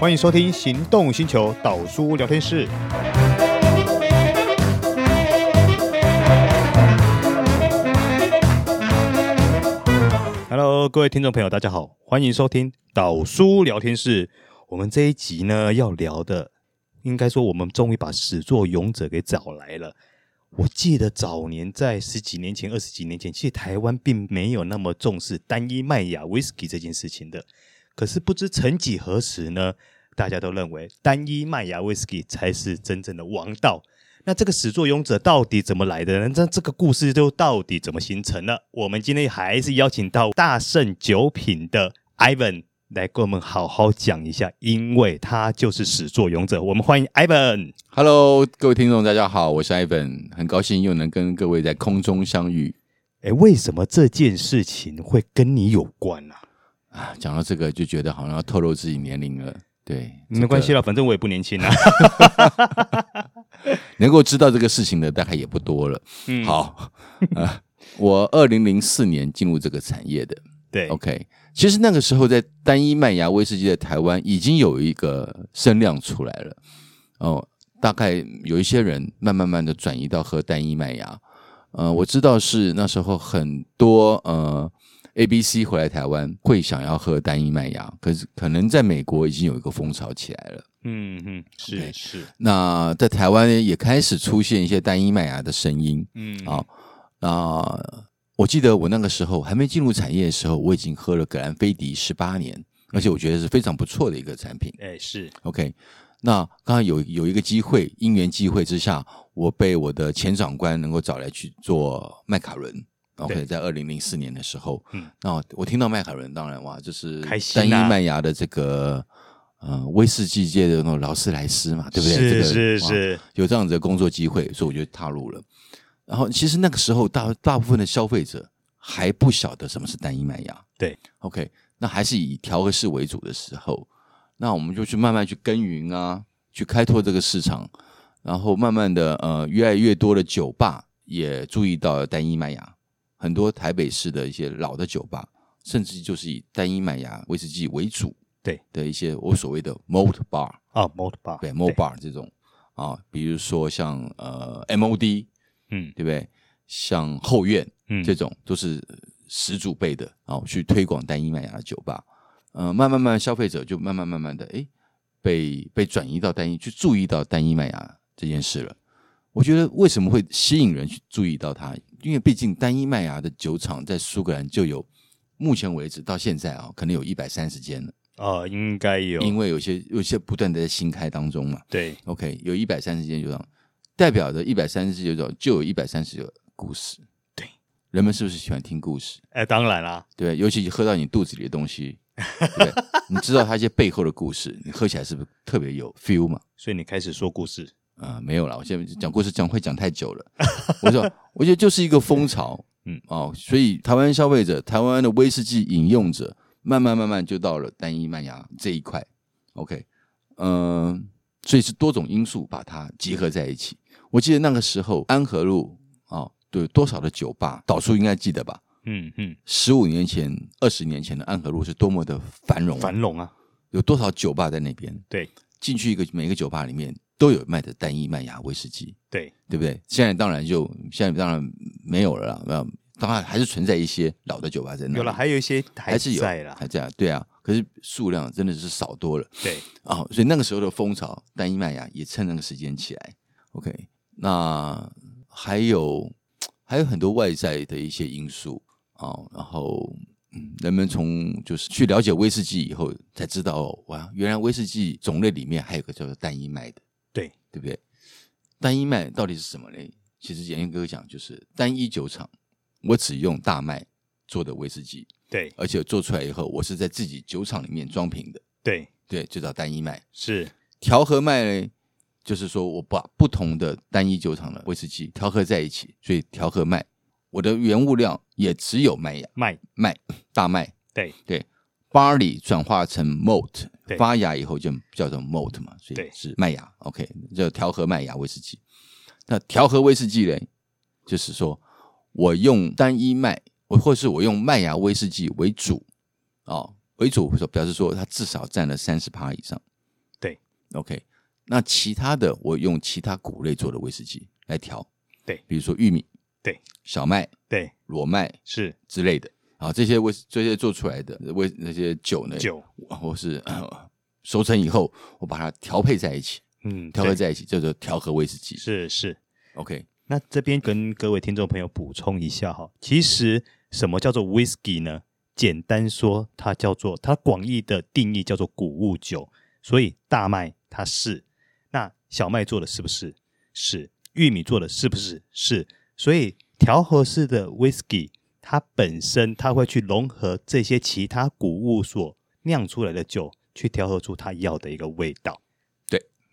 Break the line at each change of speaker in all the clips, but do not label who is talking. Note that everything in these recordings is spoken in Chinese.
欢迎收听《行动星球》导书聊天室。Hello，各位听众朋友，大家好，欢迎收听导书聊天室。我们这一集呢，要聊的，应该说我们终于把始作俑者给找来了。我记得早年在十几年前、二十几年前，其实台湾并没有那么重视单一麦芽 whisky 这件事情的。可是不知曾几何时呢，大家都认为单一麦芽 whisky 才是真正的王道。那这个始作俑者到底怎么来的呢？那这个故事就到底怎么形成呢？我们今天还是邀请到大圣九品的 Ivan 来跟我们好好讲一下，因为他就是始作俑者。我们欢迎 Ivan。
Hello，各位听众，大家好，我是 Ivan，很高兴又能跟各位在空中相遇
哎，为什么这件事情会跟你有关啊？
啊！讲到这个，就觉得好像要透露自己年龄了。对，
没关系
这
啦，反正我也不年轻啦。
个能够知道这个事情的大概也不多了。
嗯，，
好， 啊，我二零零四年进入这个产业的。
对，
OK，其实那个时候在单一麦芽威士忌在台湾已经有一个声量出来了。哦，大概有一些人慢慢慢的转移到喝单一麦芽。呃，我知道是那时候很多呃 A、B、C 回来台湾会想要喝单一麦芽，可是可能在美国已经有一个风潮起来了。
嗯嗯，是
OK
是，
那在台湾也开始出现一些单一麦芽的声音。
嗯，
好那、我记得我那个时候还没进入产业的时候，我已经喝了格兰菲迪十八年，而且我觉得是非常不错的一个产品。
哎是，
OK，那刚刚有有一个机会，因缘机会之下，我被我的前长官能够找来去做麦卡伦。
对
OK，在二零零四年的时候，
嗯
那我我听到麦卡伦，当然哇，就是
开心
单一
啊
麦芽的这个呃威士忌界的那种劳斯莱斯嘛，对不对？
是
这个
是
哇
是，
有这样子的工作机会，所以我就踏入了。然后其实那个时候大大部分的消费者还不晓得什么是单一麦芽，
对
，OK，那还是以调和式为主的时候，那我们就去慢慢去耕耘啊，去开拓这个市场，然后慢慢的呃，越来越多的酒吧也注意到了单一麦芽，很多台北市的一些老的酒吧，甚至就是以单一麦芽威士忌为主，
对
的一些我所谓的 malt bar，
啊 m o d bar，
对 m o bar 这种啊，比如说像呃 MOD，
嗯
对不对？像后院
嗯，
这种都是始祖辈的啊，去推广单一麦芽的酒吧。呃，慢慢慢慢消费者就慢慢慢慢的诶，被被转移到单一，去注意到单一麦芽这件事了。我觉得为什么会吸引人去注意到它？因为毕竟单一麦芽的酒厂在苏格兰就有，目前为止到现在啊，可能有一百三十间了，
啊应该有，
因为有些有些不断的在新开当中嘛。
对
OK，有一百三十间酒厂，代表着一百三十酒厂就有一百三十个故事。
对，
人们是不是喜欢听故事？
哎当然啦，
对不对，尤其喝到你肚子里的东西，对不对？你知道它一些背后的故事，你喝起来是不是特别有 feel 嘛？
所以你开始说故事，
啊、没有啦，我现在讲故事讲会讲太久了。我说，我觉得就是一个风潮，
嗯
嗯哦，所以台湾消费者、台湾的威士忌饮用者，慢慢慢慢就到了单一麦芽这一块。OK，嗯、所以是多种因素把它集合在一起。我记得那个时候安和路哦，对，多少的酒吧，导数应该记得吧？
嗯嗯，
十五年前、二十年前的安和路是多么的繁荣，
繁荣啊，
有多少酒吧在那边？
对，
进去一个每个酒吧里面都有卖的单一麦芽威士忌。
对，
对不对？现在当然就现在当然没有了啦，没有，当然还是存在一些老的酒吧在那里，
有了，还有一些
还是有
在啦，
还在啊，对啊，可是数量真的是少多了
对，
啊、所以那个时候的风潮，单一麦芽也趁那个时间起来。OK，那还有还有很多外在的一些因素啊、然后。嗯，人们从就是去了解威士忌以后，才知道哦哇，原来威士忌种类里面还有个叫做单一麦的。
对，
对不对？单一麦到底是什么呢？其实严哥讲，就是单一酒厂，我只用大麦做的威士忌，
对
而且做出来以后，我是在自己酒厂里面装瓶的，
对
对，就叫单一麦。
是，
调和麦呢，就是说我把不同的单一酒厂的威士忌调和在一起，所以调和麦，我的原物料也只有麦芽、
卖
麦、大麦、
对
巴里转化成 malt，
对
发芽以后就叫做 malt 嘛，所
对
以是麦芽。OK，就调和麦芽威士忌。那调和威士忌嘞，就是说我用单一麦，我或是我用麦芽威士忌为主，哦，为主表示说它至少占了三十趴以上， OK，那其他的我用其他谷类做的威士忌来调，
对，
比如说玉米，
对，
小麦、
对，
裸麦
是
之类的啊，这些威这些做出来的威那些酒呢，
酒，
我是、呃熟成以后，我把它调配在一起，
嗯，
调和
对
在一起叫做调和威士忌。
是是。
OK，
那这边跟各位听众朋友补充一下哈，其实什么叫做 whisky 呢？简单说，它叫做它广义的定义叫做谷物酒，所以大麦它是，那小麦做的是不是？是，玉米做的是不是？是，所以调和式的 whisky 它本身它会去融合这些其他谷物所酿出来的酒，去调和出它要的一个味道。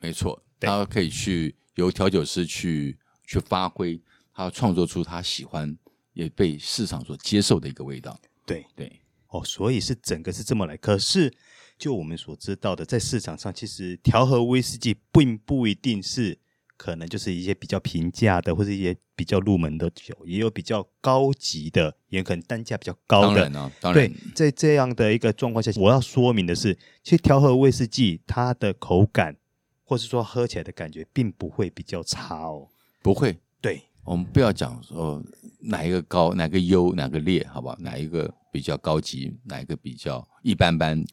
没错，
对
他可以去由调酒师去去发挥，他创作出他喜欢也被市场所接受的一个味道。
对，
对，
哦，所以是整个是这么来。可是就我们所知道的，在市场上其实调和威士忌并不一定是，可能就是一些比较平价的，或者一些比较入门的酒，也有比较高级的，也可能单价比较高
当
的
然。啊，当然
对，在这样的一个状况下，我要说明的是，其实调和威士忌它的口感，或是说喝起来的感觉，并不会比较差哦。
不会，
对，
我们不要讲说哪一个高，哪个优，哪个劣，好不好？哪一个比较高级，哪一个比较一般般？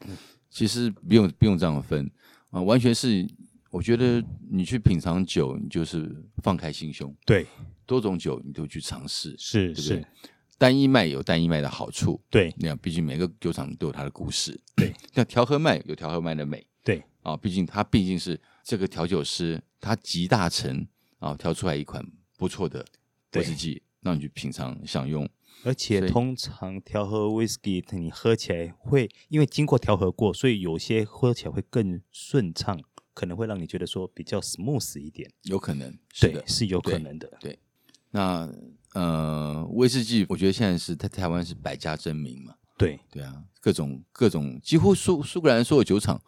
其实不用不用这样分啊、完全是我觉得你去品尝酒，你就是放开心胸，
对，
多种酒你都去尝试，
是
对不对
是，？
单一麦有单一麦的好处，
对
那毕竟每个酒厂都有它的故事。
对，
那调和麦有调和麦的美
对，
啊，毕竟它毕竟是这个调酒师他集大成啊，调出来一款不错的
对
威士忌，让你去品尝享用。
而且
所以
通常调和 whisky，你喝起来会因为经过调和过，所以有些喝起来会更顺畅，可能会让你觉得说比较 smooth 一点。
有可能是
对
的，。
是有可
对
能的。
那呃，威士忌我觉得现在是在台湾是百家争鸣嘛，
对，
对啊，各种各种，几乎苏苏格兰所有酒厂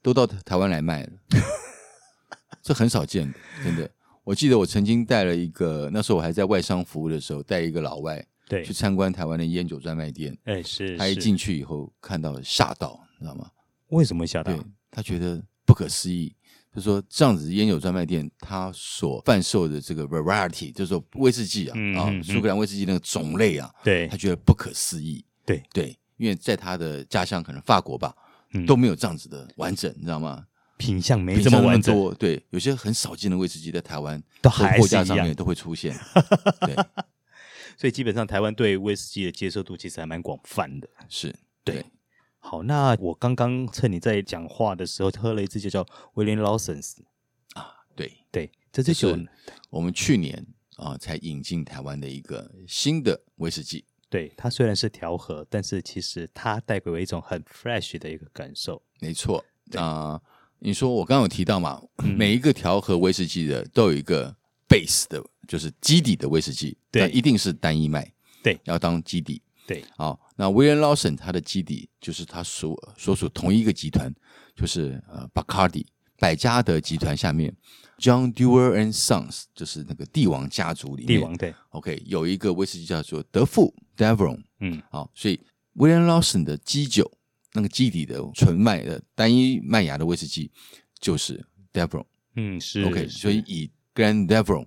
都到台湾来卖了， 这很少见的，真的。我记得我曾经带了一个，那时候我还在外商服务的时候，带一个老外
对
去，参观台湾的烟酒专卖店，
哎，是
他一
是
进去以后看到了吓到，你知道吗？
为什么会吓到
对？他觉得不可思议，就说这样子烟酒专卖店它所贩售的这个 variety，就是说威士忌啊、
嗯嗯
啊，
嗯
苏格兰威士忌那个种类啊，
对
他觉得不可思议。
对
对，因为在他的家乡，可能法国吧，
嗯
都没有这样子的完整，你知道吗？
品相没
品
这
相
么
那
完整，
多，对，有些很少见的威士忌在台湾
都
或
还
货
是
架
一
上
样
面都会 出现。对，
所以基本上台湾对威士忌的接受度其实还蛮广泛的。
是，
对好，那我刚刚趁你在讲话的时候喝了一支酒叫威廉劳森斯，
对，
对，这支酒
是我们去年啊、才引进台湾的一个新的威士忌，
对它虽然是调和，但是其实它带给我一种很 fresh 的一个感受。
没错
对嗯
啊、你说我刚刚有提到嘛，每一个调和威士忌的都有一个 base 的，就是基底的威士忌，
对
那一定是单一麦，
对
要当基底。
对，
好、那威廉劳森他的基底就是他所所属同一个集团，就是呃 Bacardi 百加得集团下面 John Dewar and Sons，就是那个帝王家族里
帝
面
王对，
OK 有一个威士忌叫做德富 Devron，
嗯，
好、所以 William Lawson 的基酒那个基底的纯麦的单一麦芽的威士忌就是 Devron，
嗯是
OK，
是
所以以 Grand Devron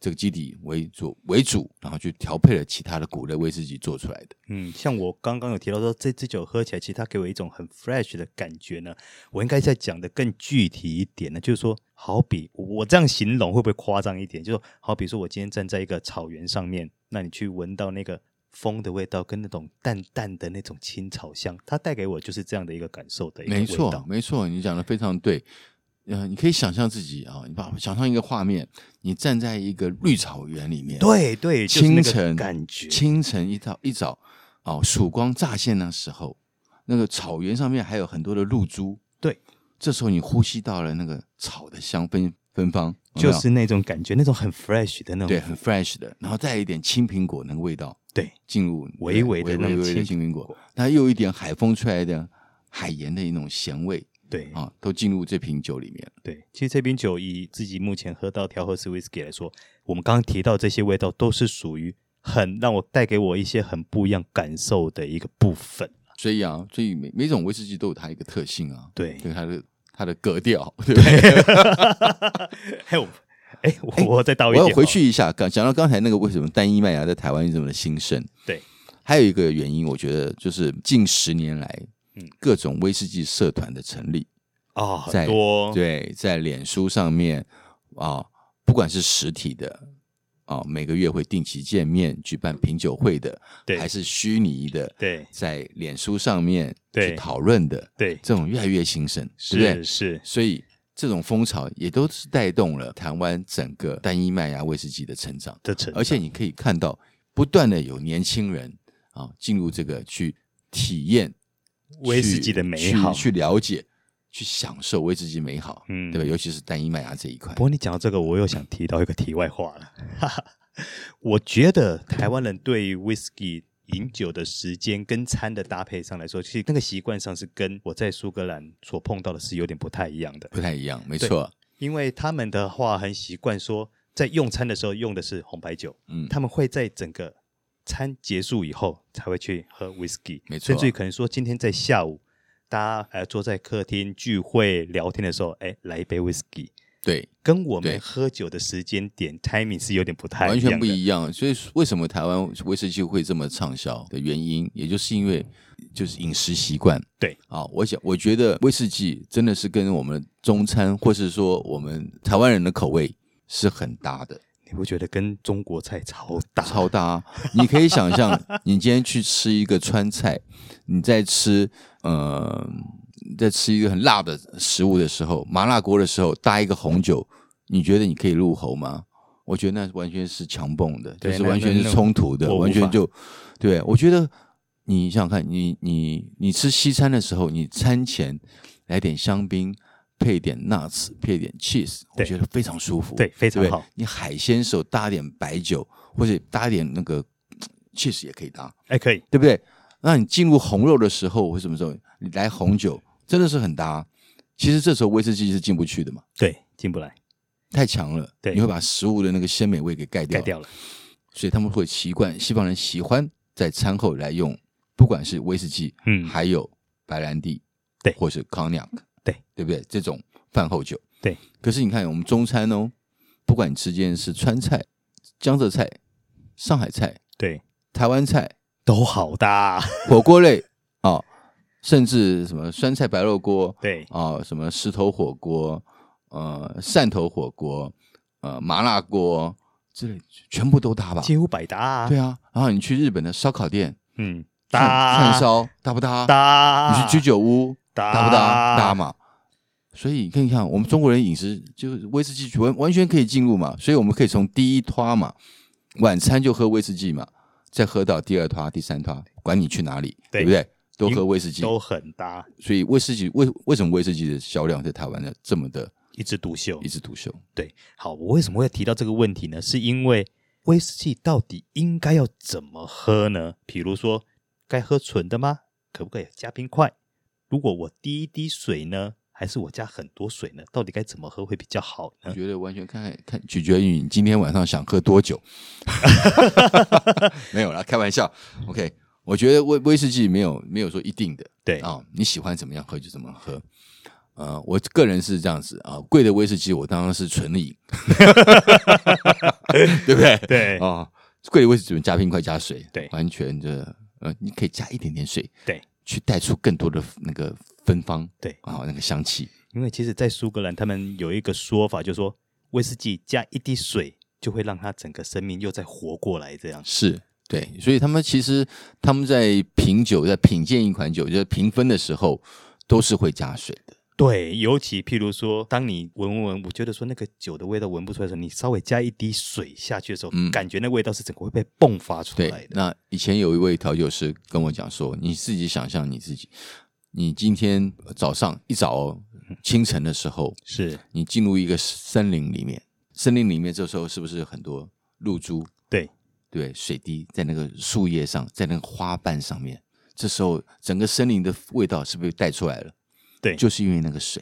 这个基底为主为主，然后去调配了其他的谷类威士忌做出来的。
嗯，像我刚刚有提到说，这支酒喝起来，其实它给我一种很 fresh 的感觉呢。我应该再讲的更具体一点呢，就是说，好比我这样形容会不会夸张一点？就是好比说我今天站在一个草原上面，那你去闻到那个风的味道，跟那种淡淡的那种青草香，它带给我就是这样的一个感受的一个
没
味
错
道，。
没错，你讲的非常对。呃，你可以想象自己啊、你把想象一个画面，你站在一个绿草原里面，
对对，就是那
清
个
晨
感觉，
清晨一早一早哦，曙光乍现的时候，那个草原上面还有很多的露珠。
对，
这时候你呼吸到了那个草的香芬芬芳，有没
就
有
是那种感觉，那种很 fresh 的那种，
对，很 fresh 的，然后再一点青苹果那个味道
对
进入你
微微的那
微
种
微的青
青
苹果，那又有一点海风吹来的海盐的那种咸味
对
啊、都进入这瓶酒里面了。
对，其实这瓶酒以自己目前喝到调和式 whisky 来说，我们刚刚提到这些味道都是属于很让我带给我一些很不一样感受的一个部分。
所以啊，所以每每种威士忌都有它一个特性啊，
对
对它的它它的格调，对不对？
哎我哎我我再倒
我
一点哦
要
好了，
回去一下，刚讲到刚才那个为什么单一麦芽在台湾这么的兴盛，
对，
还有一个原因，我觉得就是近十年来，
嗯
各种威士忌社团的成立，
啊，很
在
多
对，在脸书上面啊，不管是实体的啊，每个月会定期见面举办品酒会的，
对
还是虚拟的，
对
在脸书上面
对
去讨论的，
对
这种越来越兴盛，对不
是
对？
是
所以这种风潮也都是带动了台湾整个单一麦芽威士忌的成长。
的成，
而且你可以看到，不断的有年轻人啊进入这个去体验
威士
去
忌的美好
去去了解、去享受威士忌美好，
嗯
嗯，对吧？尤其是单一麦芽这一块
不，过你讲到这个，我又想提到一个题外话了。 哈哈，我觉得台湾人对于 whisky 饮酒的时间跟餐的搭配上来说，其实那个习惯上是跟我在苏格兰所碰到的是有点不太一样的。
不太一样，没错，
因为他们的话很习惯说，在用餐的时候用的是红白酒，
嗯
他们会在整个餐结束以后才会去喝 whisky，
没错啊
甚至于可能说今天在下午，大家呃坐在客厅聚会聊天的时候，哎，来一杯 whisky，
对，
跟我们
对
喝酒的时间点 timing 是有点不太
完全不
一样
一样。所以为什么台湾威士忌会这么畅销的原因，也就是因为就是饮食习惯，
对
啊，我想我觉得威士忌真的是跟我们中餐或是说我们台湾人的口味是很搭的。
的，你不觉得跟中国菜超搭？
超大、啊。你可以想象，你今天去吃一个川菜，你在吃呃，在吃一个很辣的食物的时候，麻辣锅的时候，搭一个红酒，你觉得你可以入喉吗？我觉得那完全是强蹦的，就
对
是
那
完全
那
是冲突的，
我无
完全
法
就对。我觉得你想想看，你你你吃西餐的时候，你餐前来点香槟，配点 nuts，配点 cheese，我
对
觉得非常舒服。
对，非常
对不对
好。
你海鲜时候搭点白酒，或者搭点那个 cheese 也可以搭，
哎，可以，
对不对？那你进入红肉的时候或什么时候，你来红酒
嗯
真的是很搭。啊其实这时候威士忌是进不去的嘛，
对，进不来，
太强了，
对
你会把食物的那个鲜美味给盖掉。
盖掉了，
所以他们会习惯西方人喜欢在餐后来用，不管是威士忌，
嗯
还有白兰地，
对
或是 cognac，
对，
对不对？这种饭后酒，
对。
可是你看，我们中餐哦，不管你吃件是川菜、江浙菜、上海菜、
对，
台湾菜、
都好搭，
火锅类 啊、哦甚至什么酸菜白肉锅，
对，
啊、什么石头火锅、呃汕头火锅、呃麻辣锅之类，全部都搭吧。
几乎百搭啊，
对啊，然后你去日本的烧烤店
嗯，
串
搭
串烧搭不搭？
搭，
你去居酒屋
搭
搭不
啊
搭？搭嘛。所以你看一看，我们中国人饮食就是威士忌完完全可以进入嘛，所以我们可以从第一拖嘛，晚餐就喝威士忌嘛，再喝到第二拖、第三拖，管你去哪里，
对
对不对？都
因
喝威士忌，
都很搭，
所以威士忌为为什么威士忌的销量在台湾呢这么的
一枝独秀
一。枝独秀？
对，好，我为什么会提到这个问题呢？是因为威士忌到底应该要怎么喝呢？比如说，该喝纯的吗？可不可以加冰块？如果我滴一滴水呢，还是我加很多水呢？到底该怎么喝会比较好
我
呢？
觉得完全看看取决于你今天晚上想喝多久。 没有啦，开玩笑。OK，我觉得威威士忌没有没有说一定的
对，
啊、你喜欢怎么样喝就怎么喝。呃，我个人是这样子啊、贵的威士忌我当然是纯饮， 对不对？
对
啊、贵的威士忌加冰块加水，
对
完全的呃，你可以加一点点水，
对，
去带出更多的那个芬芳，
对
啊、那个香气，
因为其实，在苏格兰他们有一个说法，就是说威士忌加一滴水就会让它整个生命又再活过来，这样。
是对，所以他们其实他们在品酒，在品鉴一款酒，就是评分的时候，都是会加水的。
对，尤其譬如说，当你闻闻闻，我觉得说那个酒的味道闻不出来的时候，你稍微加一滴水下去的时候，
嗯
感觉那味道是整个会被迸发出来
对，
的。
那以前有一位调酒师跟我讲说，你自己想象你自己，你今天早上一早哦清晨的时候，
是，
你进入一个森林里面，森林里面这时候是不是很多露珠？
对，
对，水滴在那个树叶上，在那个花瓣上面，这时候整个森林的味道是不是带出来了？
对
就是因为那个水。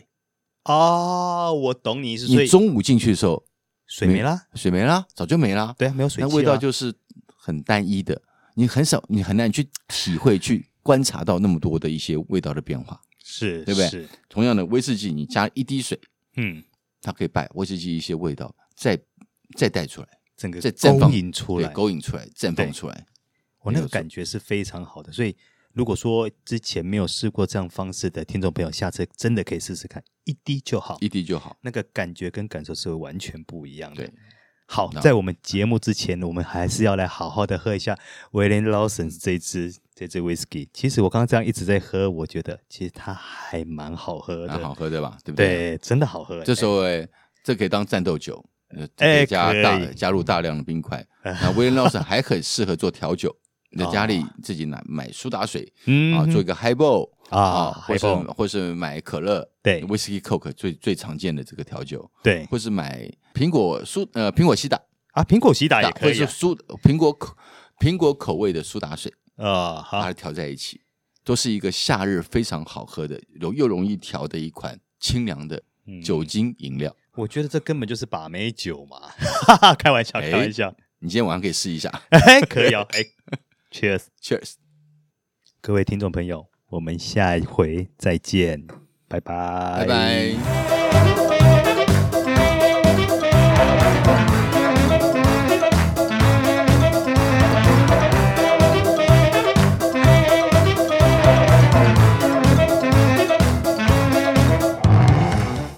哦，我懂你意思，所
你
以
中午进去的时候，
水没啦，
水没啦，早就没啦。
对啊，没有水
那
汽
味道
啦
就是很单一的，你很少，你很难去体会、去观察到那么多的一些味道的变化。
是，
对不对
是，
同样的，威士忌你加一滴水，
嗯，
它可以把威士忌一些味道再再带出来，
整个
再绽
勾
放
引出
对
来，，
勾引出来，绽
对
放出来。
我那
没有
个
错
感觉是非常好的。所以，如果说之前没有试过这样方式的听众朋友，下次真的可以试试看，一滴就好，
一滴就好。
那个感觉跟感受是完全不一样的。
对，
好，
那
在我们节目之前，我们还是要来好好的喝一下威廉 Lawson 这
嗯
支这支 whisky。其实我刚刚这样一直在喝，我觉得其实它还蛮好喝
蛮好
的，
喝的吧？对不对？
对，真的好喝。
这时候哎，这可以当战斗酒，呃
哎
可以加
可
大
以嗯
加入大量的 冰块。那威廉劳森还很适合做调酒，你在家里自己拿买苏打水
哦嗯
啊，做一个 highball
啊
或是
highball
或是买可乐，
对
威士忌 coke 最最常见的这个调酒，
对
或是买苹果苏呃苹果西打，
啊，苹果西打也可
或
以
是
啊
苏苹果口苹果口味的苏打水，
啊，
把
好
它调在一起，都是一个夏日非常好喝的，又又容易调的一款清凉的酒精饮料。
嗯我觉得这根本就是把妹酒嘛， 哈哈，开玩笑，
哎
开玩笑，
你今天晚上可以试 一下
哎，可以哦，哎，Cheers，
，Cheers。
各位听众朋友，我们下一回再见，拜拜，
拜拜。